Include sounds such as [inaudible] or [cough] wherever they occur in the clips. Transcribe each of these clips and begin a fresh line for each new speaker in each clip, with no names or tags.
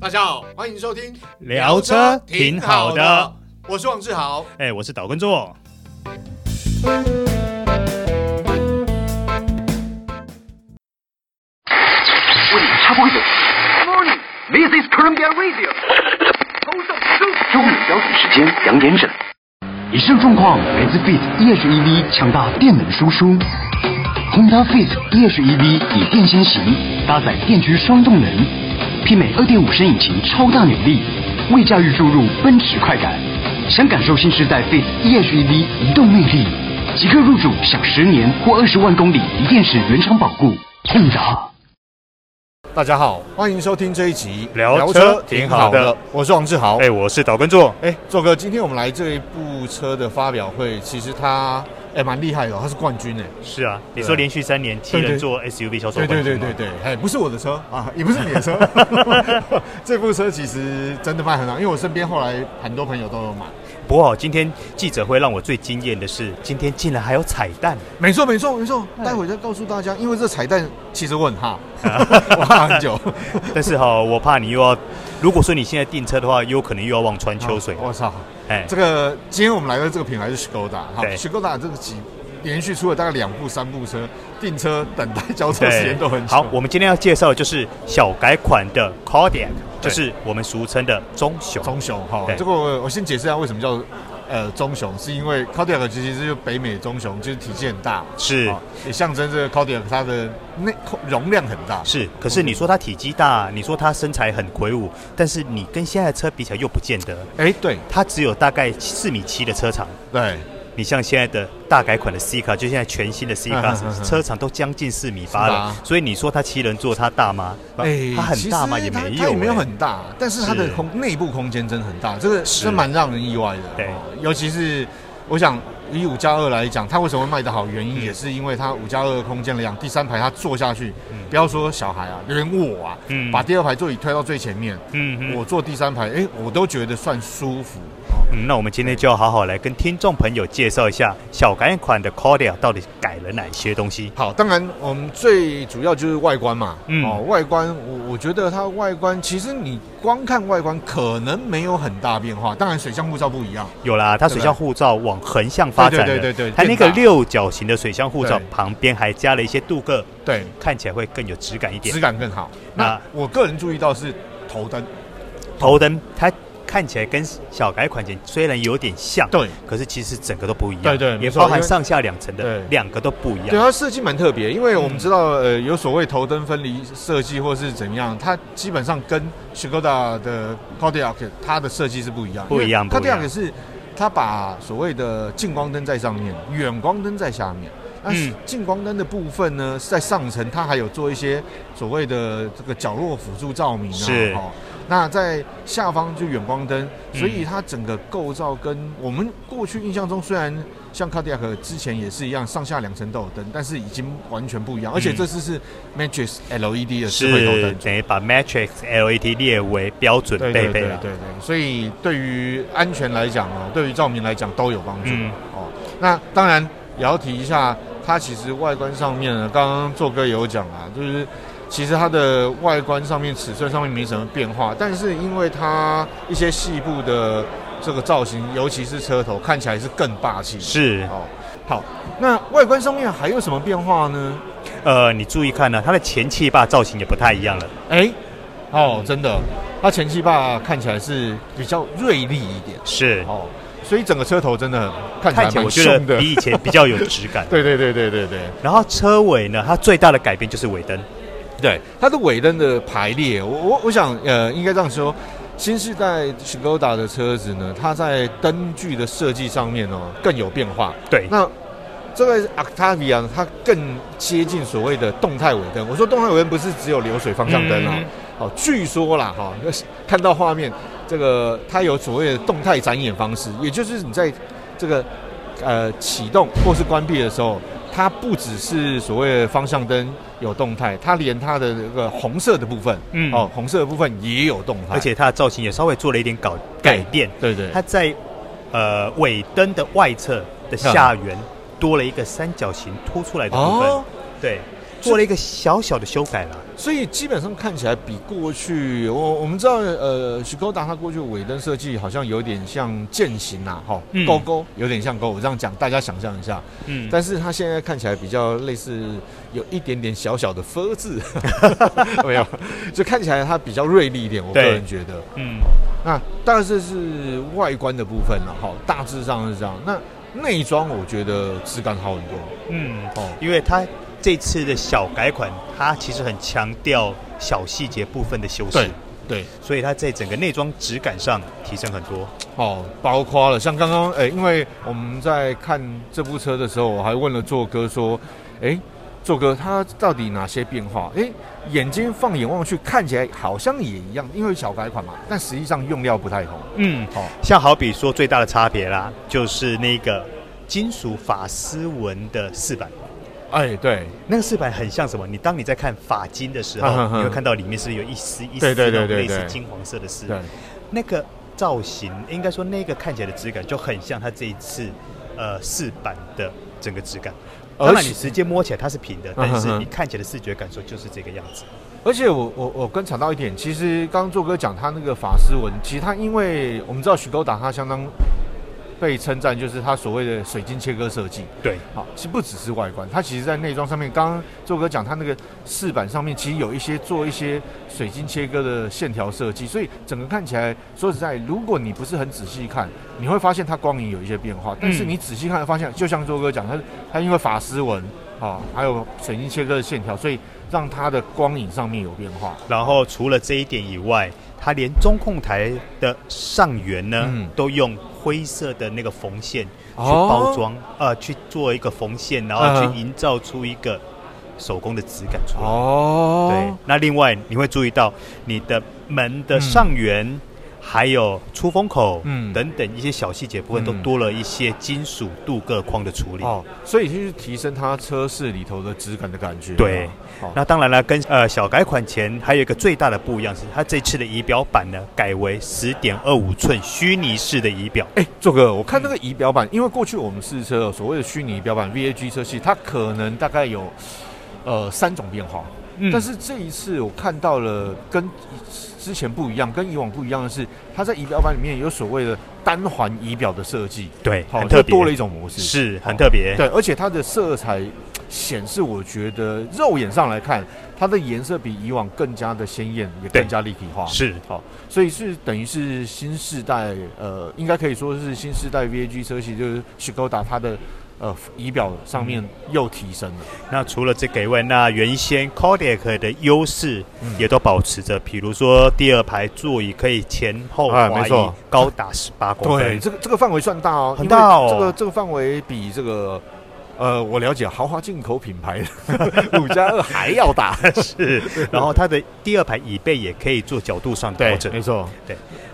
大家好，欢迎收听
聊车挺好的，
我是王志豪。
哎、我是岛根座。
Morning, this is Columbia Radio。头上收。中午标准时间两点整。以上状况来自 Fit EHEV E 强大电能输出。Honda Fit EHEV E 以电先行，搭载电驱双动能，媲美2.5升引擎超大扭力，为驾驭注入奔驰快感。想感受新时代 Fit EHEV E 移动魅力，即刻入主享十年或二十万公里锂电池原厂保固。Honda。
大家好，欢迎收听这一集
聊车挺好的，
我是王志豪。
哎、
哎、
我是岛根座。
做哥，今天我们来这一部车的发表会，其实它哎蛮厉害的，它是冠军哎。
是啊，你说连续三年七人座 SUV 销售
对
冠军
对
吗
对对对，哎，不是我的车啊，也不是你的
[laughs]
车。这部车其实真的卖很好，因为我身边后来很多朋友都有买。
不过今天记者会让我最惊艳的是，今天竟然还有彩蛋。
没错，没错，没错。哎待会再告诉大家，因为这彩蛋其实我很
[laughs]
怕，我怕很久。
但是哈，我怕你又要，如果说你现在订车的话，有可能又要望穿 [laughs] 秋水。
[laughs] 我操！
哎、
这个今天我们来的这个品牌是 Skoda，哈
对
，Skoda 这个几连续出了大概两部、三部车，订车、等待 [laughs] 交车时间都很久。
好，我们今天要介绍的就是小改款的 Kodiaq，
对
就是我们俗称的棕熊。
棕熊哈，
对
这个我我先解释一下为什么叫呃棕熊，是因为 Kodiaq 其实就是北美棕熊，就是体积很大，
是
哦也象征这个 Kodiaq 它的内容量很大。
是，可是你说它体积大，你说它身材很魁梧，但是你跟现在的车比起来又不见得。
哎，对
它只有大概四米七的车长，
对，
你像现在的大改款的 C 卡，就现在全新的 C 卡
嗯嗯嗯嗯
车长都将近四米八了
是吧，哎
所以你说它七人座它大吗？它很大吗？
其实它
也没
它
有，
也没有
哎
很大，但是它的
是
空内部空间真的很大，这个
是
是蛮让人意外的。
对
哦尤其是我想以五加二来讲，它为什么会卖得好，原因
嗯
也是因为它五加二的空间来讲，第三排它坐下去
嗯，
不要说小孩啊，连我啊，
嗯
把第二排座椅推到最前面，
嗯
我
我
坐第三排，哎，我都觉得算舒服。哦
嗯，那我们今天就要好好来跟听众朋友介绍一下小改款的 Cordia 到底改了哪些东西。
好，当然我们最主要就是外观嘛，
嗯
哦，外观我我觉得它外观其实你光看外观可能没有很大变化，当然水箱护罩不一样。
有啦，它水箱护罩往横向发展了，
对对对对对
它那个
变大
六角形的水箱护罩
对
旁边还加了一些镀铬，
对，
看起来会更有质感一点啊
质。感更好。那
那
我个人注意到是头灯，
头灯它看起来跟小改款前虽然有点像，
对
可是其实整个都不一样，
对对没
也
错
包含
因为
上下两层的，
对
两个都不一
对啊
样。
它设计蛮特别，因为我们知
嗯
道、呃有所谓头灯分离设计或是怎么样，它基本上跟 Skoda 的 Kodiaq 它的设计是不一样，
不一样不一样
Kodiaq 是它把所谓的近光灯在上面，远光灯在下面。那
嗯
近光灯的部分呢，是在上层它还有做一些所谓的这个角落辅助照明啊，
是
哦那在下方就远光灯，
嗯
所以它整个构造跟我们过去印象中，虽然像卡迪亚克之前也是一样，上下两层都有灯，但是已经完全不一样。而且这次是 Matrix LED 的智慧头
是
灯，
等于把 Matrix LED 列为标准
对
配
对对
备
对
了。
对，所以对于安全来讲哦，对于照明来讲都有帮助、
嗯
哦。那当然也要提一下，它其实外观上面呢，刚刚做哥有讲啊，就是其实它的外观上面尺寸上面没什么变化，但是因为它一些细部的这个造型，尤其是车头，看起来是更霸气。
是，
哦，好，那外观上面还有什么变化呢？
呃，你注意看呢，它的前气坝造型也不太一样了。
哎，哦，真的，它前气坝看起来是比较锐利一点。
是，
哦，所以整个车头真的看起来
看起来我
蛮
觉
凶
得
的。。
比以前比较有质感
[laughs] 对对对对对对
然后车尾呢，它最大的改变就是尾灯。
对，它的尾灯的排列，我我我想呃，应该这样说，新世代 Skoda 的车子呢，它在灯具的设计上面哦更有变化。
对，
那这个 Octavia 呢它更接近所谓的动态尾灯。我说动态尾灯不是只有流水方向灯啊、
嗯
哦，据说啦哈、看到画面，这个它有所谓的动态展演方式，也就是你在这个呃启动或是关闭的时候，它不只是所谓的方向灯有动态，它连它的这个红色的部分，
嗯
哦，红色的部分也有动态，
而且它的造型也稍微做了一点改改变。
对对
它在呃尾灯的外侧的下缘多了一个三角形凸出来的部分。
嗯哦
对，做了一个小小的修改了。
所以基本上看起来比过去，我我们知道，呃，许勾达它过去尾灯设计好像有点像剑形啊，哈、
嗯
勾勾有点像勾，我这样讲大家想象一下。
嗯，
但是它现在看起来比较类似，有一点点小小的“分”
[laughs]
字，没有，就看起来它比较锐利一点。我个
对
人觉得，
嗯，
那当然这是外观的部分了，哈，大致上是这样。那内装我觉得质感好很多，
嗯，
哦，
因为它这次的小改款，它其实很强调小细节部分的修饰，
对，
所以它在整个内装质感上提升很多。
哦，包括了，像刚刚，哎、因为我们在看这部车的时候，我还问了作哥说，哎、作哥他到底哪些变化？哎、眼睛放眼望去，看起来好像也一样，因为小改款嘛，但实际上用料不太同。
嗯，
哦，
像好比说最大的差别啦，就是那个金属法丝纹的饰板。
哎、对，
那个饰板很像什么？你当你在看法金的时候，
嗯哼哼
你会看到里面是有一丝一丝
对对
那
对
种
对
类似
对
金黄色的丝
对，，
那个造型应该说那个看起来的质感就很像它这一次呃饰板的整个质感。
而
当然，
且
你直接摸起来它是平的，
嗯哼
但
哼
是你看起来的视觉感受就是这个样子。
而且我我我观察到一点，其实刚刚作哥讲他那个法斯文，其实他因为我们知道许勾达他相当被称赞，就是他所谓的水晶切割设计。
对，
好，其实不只是外观，它其实在内装上面，刚刚周哥讲，它那个饰板上面其实有一些做一些水晶切割的线条设计，所以整个看起来，说实在，如果你不是很仔细看，你会发现它光影有一些变化，但是
嗯
你仔细看发现，就像周哥讲，它它因为法丝纹啊，还有水晶切割的线条，所以让它的光影上面有变化。
然后除了这一点以外，它连中控台的上缘呢，
嗯
都用灰色的那个缝线去
哦
包装，呃，去做一个缝线，然后
嗯
去营造出一个手工的质感出来。
哦
对，那另外你会注意到你的门的上缘。还有出风口，
嗯
等等一些小细节部分都
嗯
多了一些金属镀铬框的处理。
哦，所以就是提升它车室里头的质感的感觉。哦
对
好，
那当然了，跟呃小改款前还有一个最大的不一样是，它这次的仪表板呢改为十点二五寸虚拟式的仪表。
哎、做哥，我看那个仪表板，因为过去我们试车所谓的虚拟仪表板 VAG 车系，它可能大概有呃三种变化，
嗯
但是这一次我看到了跟之前不一样，跟以往不一样的是，它在仪表板里面有所谓的单环仪表的设计，
对，
好，
很特
就多了
别
一，种模式，
是很
好
特别。
对，而且它的色彩显示，我觉得肉眼上来看，它的颜色比以往更加的鲜艳，也
对
更加立体化，
是
好，所以是等于是新世代，呃，应该可以说是新世代 VAG 车型，就是 Skoda 它的呃仪表上面又提升了。
那除了这个以外，那原先 Kodiaq 的优势
嗯
也都保持着，比如说第二排座椅可以前后
哎
滑
没
移
错，
高达十八公分。
这个这个范围算大哦，
很
因为
大哦
这个这个范围比这个。呃，我了解豪华进口品牌的 [laughs] 五加二还要
[laughs]
大，
是，然后它的第二排椅背也可以做角度上的调整。
没错，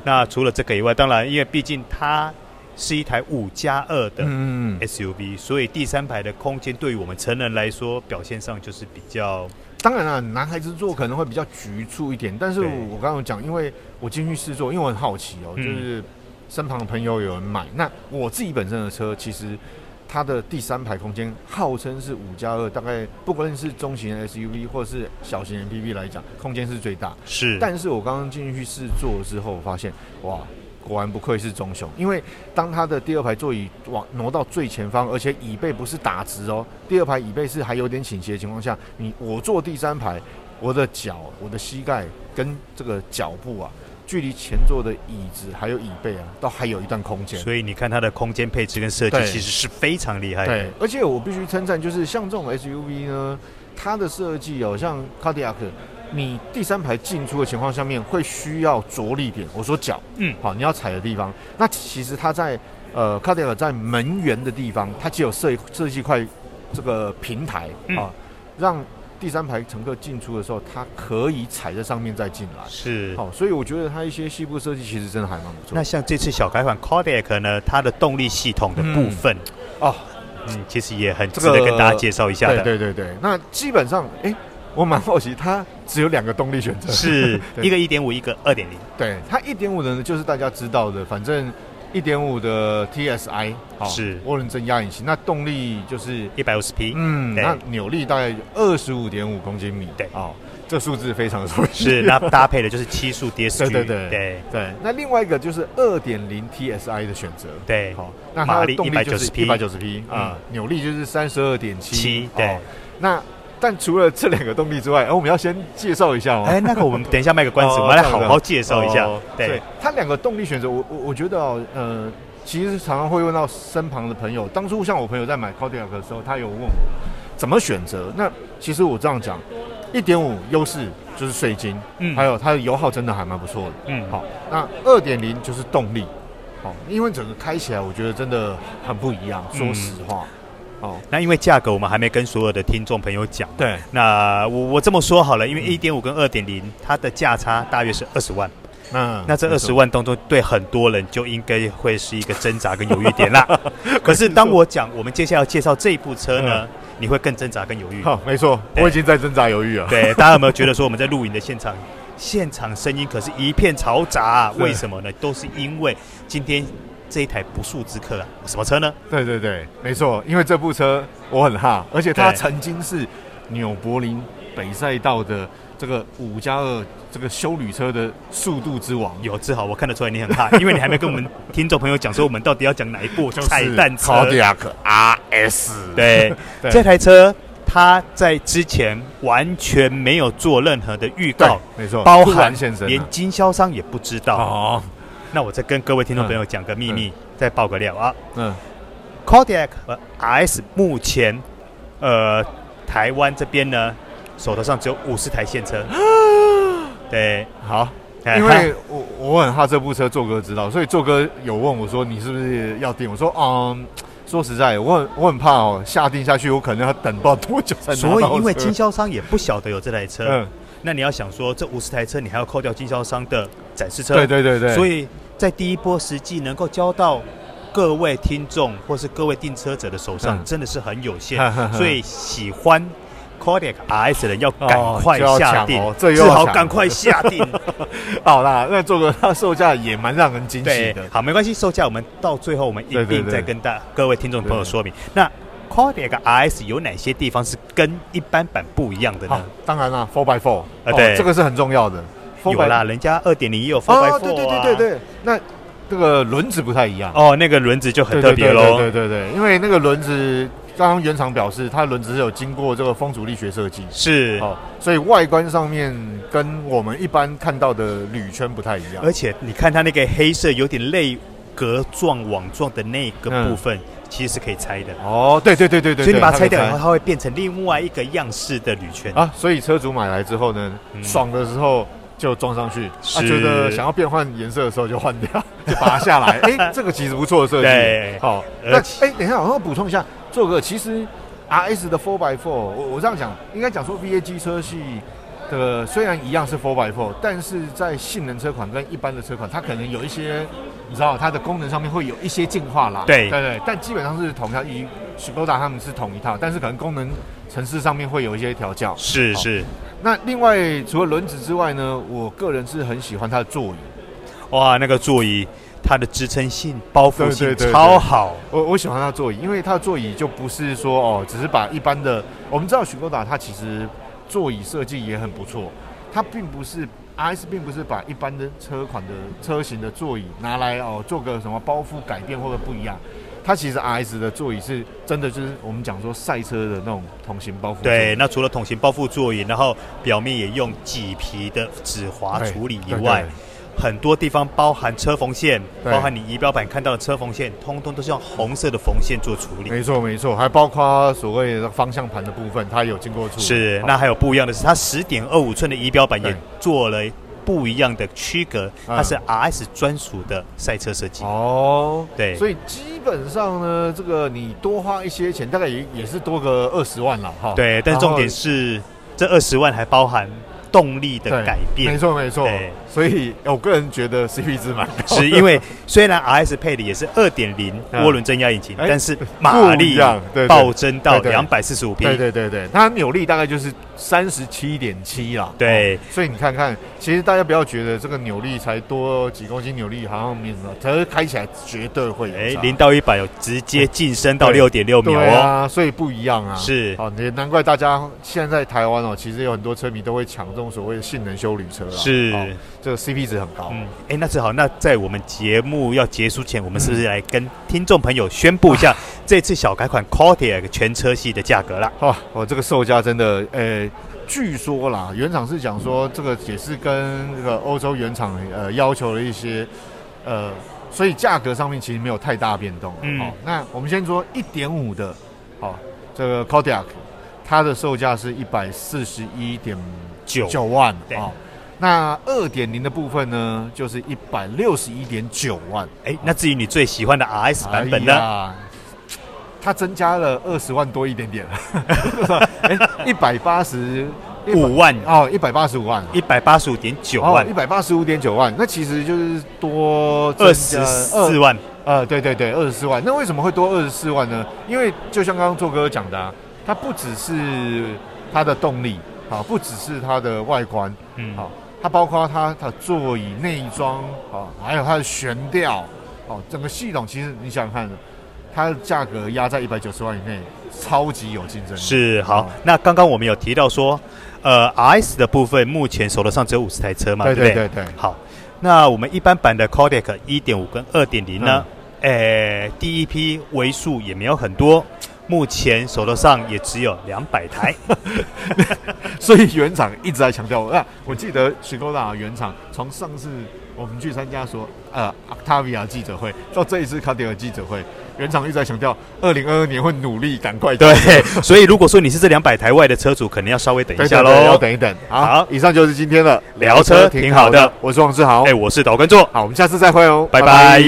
那除了这个以外，当然，因为毕竟它是一台五加二的
嗯，
SUV，、所以第三排的空间对于我们成人来说，表现上就是比较
当然了，男孩子坐可能会比较局促一点，但是
对
我刚刚有讲，因为我进去试坐，因为我很好奇哦，
嗯
就是身旁的朋友有人买，那我自己本身的车其实。它的第三排空间号称是五加二，大概不管是中型 SUV 或是小型 MPV 来讲，空间是最大。
是，
但是我刚刚进去试坐之后，发现哇，果然不愧是棕熊，因为当它的第二排座椅往挪到最前方，而且椅背不是打直哦，第二排椅背是还有点倾斜的情况下，你我坐第三排，我的脚、我的膝盖跟这个脚部啊，距离前座的椅子还有椅背啊，都还有一段空间。
所以你看它的空间配置跟设计
对
其实是非常厉害的
对。，哎而且我必须称赞，就是像这种 SUV 呢，它的设计哦，像 Cardiac，你第三排进出的情况下面会需要着力点，我说脚，
嗯
好，你要踩的地方。那其实它在呃 Cardiac 在门缘的地方，它就有设设计一块这个平台
嗯
啊，让第三排乘客进出的时候，它可以踩在上面再进来。
是。
好，所以我觉得它一些细部设计其实真的还蛮不错。
那像这次小改款 Kodiaq 呢，它的动力系统的部分，
哦，
嗯，其实也很值
这个
得跟大家介绍一下的。
对对对对，那基本上，哎、我蛮好奇，它只有两个动力选择，
是
[laughs] 对
一个一点五，一个二点零。
对它一点五的呢，就是大家知道的，反正一点五的 TSI，好，
是
涡轮增压引擎，那动力就是
一百五十匹，
嗯，
对
那扭力大概二十五点五公斤米，
对
哦，这数字非常熟悉。 [laughs]
是那搭配的就是七速 DSG，
对对对
对
对，那另外一个就是二点零 TSI 的选择，
对
好，那
哦马
它
力
的动力就是
190匹
一百九十匹啊
嗯，
扭力就是三十二点七
七，对
哦那但除了这两个动力之外，呃我们要先介绍一下哦。
哎，那个我们等一下卖个关子，
哦
我们来
这样
好
子
好介绍一下
哦。
对，
它两个动力选择，我我我觉得哦，呃，其实常常会问到身旁的朋友，当初像我朋友在买 Kodiaq 的时候，他有问我怎么选择。那其实我这样讲，一点五优势就是税金，
嗯
还有它的油耗真的还蛮不错的。
嗯，
好，那二点零就是动力，哦，因为整个开起来，我觉得真的很不一
嗯
样。说实话，哦，
那因为价格我们还没跟所有的听众朋友讲。
对，
那我我这么说好了，因为一点五跟二点零，它的价差大约是二十万。
那
那这二
嗯没错
十万当中，对很多人就应该会是一个挣扎跟犹豫点
[laughs]
啦。可是当我讲我们接下来要介绍这一部车呢，你会更挣扎跟犹豫。
嗯好，没错，
对
我已经在挣扎犹豫了。
对，大家有没有觉得说我们在录影的现场，现场声音可是一片嘈杂、啊？
是
为什么呢？都是因为今天这一台不速之客啊，什么车呢？
对对对，没错，因为这部车我很哈，而且它
对
曾经是纽柏林北赛道的这个五加二这个修旅车的速度之王，
有志豪，我看得出来你很
[laughs]
怕，因为你还没跟我们听众朋友讲说我们到底要讲哪一部
就是
彩蛋
[laughs]
车。
Kodiaq RS。
对，
对
这台车它在之前完全没有做任何的预告，
对没错
包
突
含
然现身啊
连经销商也不知道。
哦，
那我再跟各位听众朋友讲个秘密，再爆个料啊
嗯，
，Kodiaq 和 RS 目前呃台湾这边呢手头上只有五十台
[gasps]
现车，对，
好。
哎
因
它
为我我很怕这部车，做哥知道，所以做哥有问我说你是不是要订？我说嗯，说实在，我很我很怕哦，下定下去我可能要等不知道多久才拿到
所
车。
以因为经销商也不晓得有这台车，
嗯
那你要想说这五十台车你还要扣掉经销商的展示车，
对对对对，
所以在第一波实际能够交到各位听众或是各位订车者的手上，
嗯。
真的是很有限所以喜欢 Kodiaq RS 的人要赶
哦
快
就要
下
抢
定
哦，这又
至
要
好
抢
赶
哦
快下
[laughs]
定。
好啦，那做哥他售价也蛮让人惊喜
对
的，。
好，没关系，售价我们到最后我们一
对对
定
对
再跟大各位听众朋友说明。那 Kodiaq RS 有哪些地方是跟一般版不一样的
好
呢？，
当然啦，four by four 哦
啊对
这个是很重要的。4x4
有啦，人家二点零也有 four 啊
哦
by，
对
four
对对对对，那这个轮子不太一样，
哦，那个轮子就很
对
特别喽。
对对对对对，因为那个轮子，刚刚原厂表示它轮子是有经过这个风阻力学设计，
是，
哦，所以外观上面跟我们一般看到的铝圈不太一样
而。且你看它那个黑色有点类格状网状的那个部分，其实是可以拆的。
哦，对对对对嗯对，
所以你把它
对
拆掉以后，
可以
它会变成另外一个样式的铝圈。
啊，所以车主买来之后呢，
嗯
爽的时候就装上去，他、
是
觉得想要变换颜色的时候就换掉， [laughs] 就拔下来。
[laughs]
哎、这个其实不错的设
对
计。好，那
而
哎、
且
等一下，我要补充一下，做个其实 R S 的 Four by Four，我我这样讲，应该讲说 V A G 车系。的虽然一样是 Four by Four，但是在性能车款跟一般的车款，它可能有一些，你知道它的功能上面会有一些进化啦。
对
对对，但基本上是同一套，以 Skoda 他们是同一套，但是可能功能层次上面会有一些调教。
是是，
那另外除了轮子之外呢，我个人是很喜欢它的座椅。
哇，那个座椅它的支撑性、包覆
对对
性
对对
超好。
我我喜欢它的座椅，因为它的座椅就不是说哦，只是把一般的我们知道雪佛达它其实座椅设计也很不错，它并不是 RS 并不是把一般的车款的车型的座椅拿来哦做个什么包覆改变或者不一样。它其实 RS 的座椅是真的，就是我们讲说赛车的那种同型包覆座椅。
对，那除了桶型包覆座椅，然后表面也用麂皮的止滑
对
处理以
对对
外，很多地方包含车缝线，
对
包含你仪表板看到的车缝线，通通都是用红色的缝线做处理。
没错没错，还包括所谓的方向盘的部分，它有经过处理。
是，
好
那还有不一样的是，它十点二五寸的仪表板也
对
做了不一样的区隔，
嗯
它是 RS 专属的赛车设计。
哦，
对
所以基本上呢，这个你多花一些钱，大概也也是多个二十万了哈。
对，但
然后
重点是这二十万还包含动力的
对
改变
没。错没错
对。
所以呃我个人觉得 CP 值蛮高的，
是
[laughs]
因为虽然 RS 配的也是二点零
嗯
涡轮增压引擎，
哎
但是马
不一
力
样对对
暴增到
对对
两百四十五匹，
对对对对，它扭力大概就是三十七点七啦。
对
哦所以你看看，其实大家不要觉得这个扭力才多几公斤扭力好像没什么，可是开起来绝对会有
哎
差。，
零到一百有直接晋升到
对
六点六秒
对
哦。
啊，所以不一样啊。
是
哦，也难怪大家现在台湾哦，其实有很多车迷都会抢这种所谓的性能修旅车啦。
是
哦这个 CP 值很高。
嗯，哎，那正好，那在我们节目要结束前，我们是不是来跟听众朋友宣布一下这次小改款 Cortier 全车系的价格啦？
哦，我这个售价真的，呃，据说啦，原厂是讲说这个也是跟这个欧洲原厂呃要求了一些，呃，所以价格上面其实没有太大变动。
嗯
哦，那我们先说一点五的，哦，这个 Kodiak，它的售价是一百四十一点
九
九万
对
哦。那二点零的部分呢，就是一百六十一点九万
哎，那至于你最喜欢的 RS 版本
哎
呢？
呀它增加了二十万多一点 [laughs] 点，哎，一百八十
五万
哦，一百八十五万，
一百八十五点九
哦
万，
一，百八十五点九万，那其实就是多增
二
加
十四，万。
二呃，对对对，二十四万。那为什么会多二十四万呢？因为就像刚刚做哥讲的、啊，它不只是它的动力，啊，不只是它的外观，
嗯，
好，哦它包括它它的座椅内装啊，还有它的悬吊，哦，整个系统其实你想想看，它的价格压在一百九十万以内，超级有竞争力。
是好
哦。
那刚刚我们有提到说，呃，RS 的部分目前手头上只有五十台车嘛，
对
不
对
对？
对对， [laughs]
好，那我们一般版的 Codec 一点五跟二点零
嗯
呢，诶、第一批为数也没有很多，目前手头上也只有两百台。 [laughs]
所以原厂一直在强调，啊，我记得雪糕大啊原厂从上次我们去参加说呃 Octavia 记者会，到这一次卡迪尔记者会，原厂一直在强调，二零二二年会努力赶快
对，所以如果说你是这两百台外的车主，可能要稍 [laughs] 微等
等
一
一
下
下喽，要
喽。
等一等。
好
以上就是今天的
聊车挺好的
我是王志豪
哎、。我是导观众，
好，我们下次再会哦，
拜拜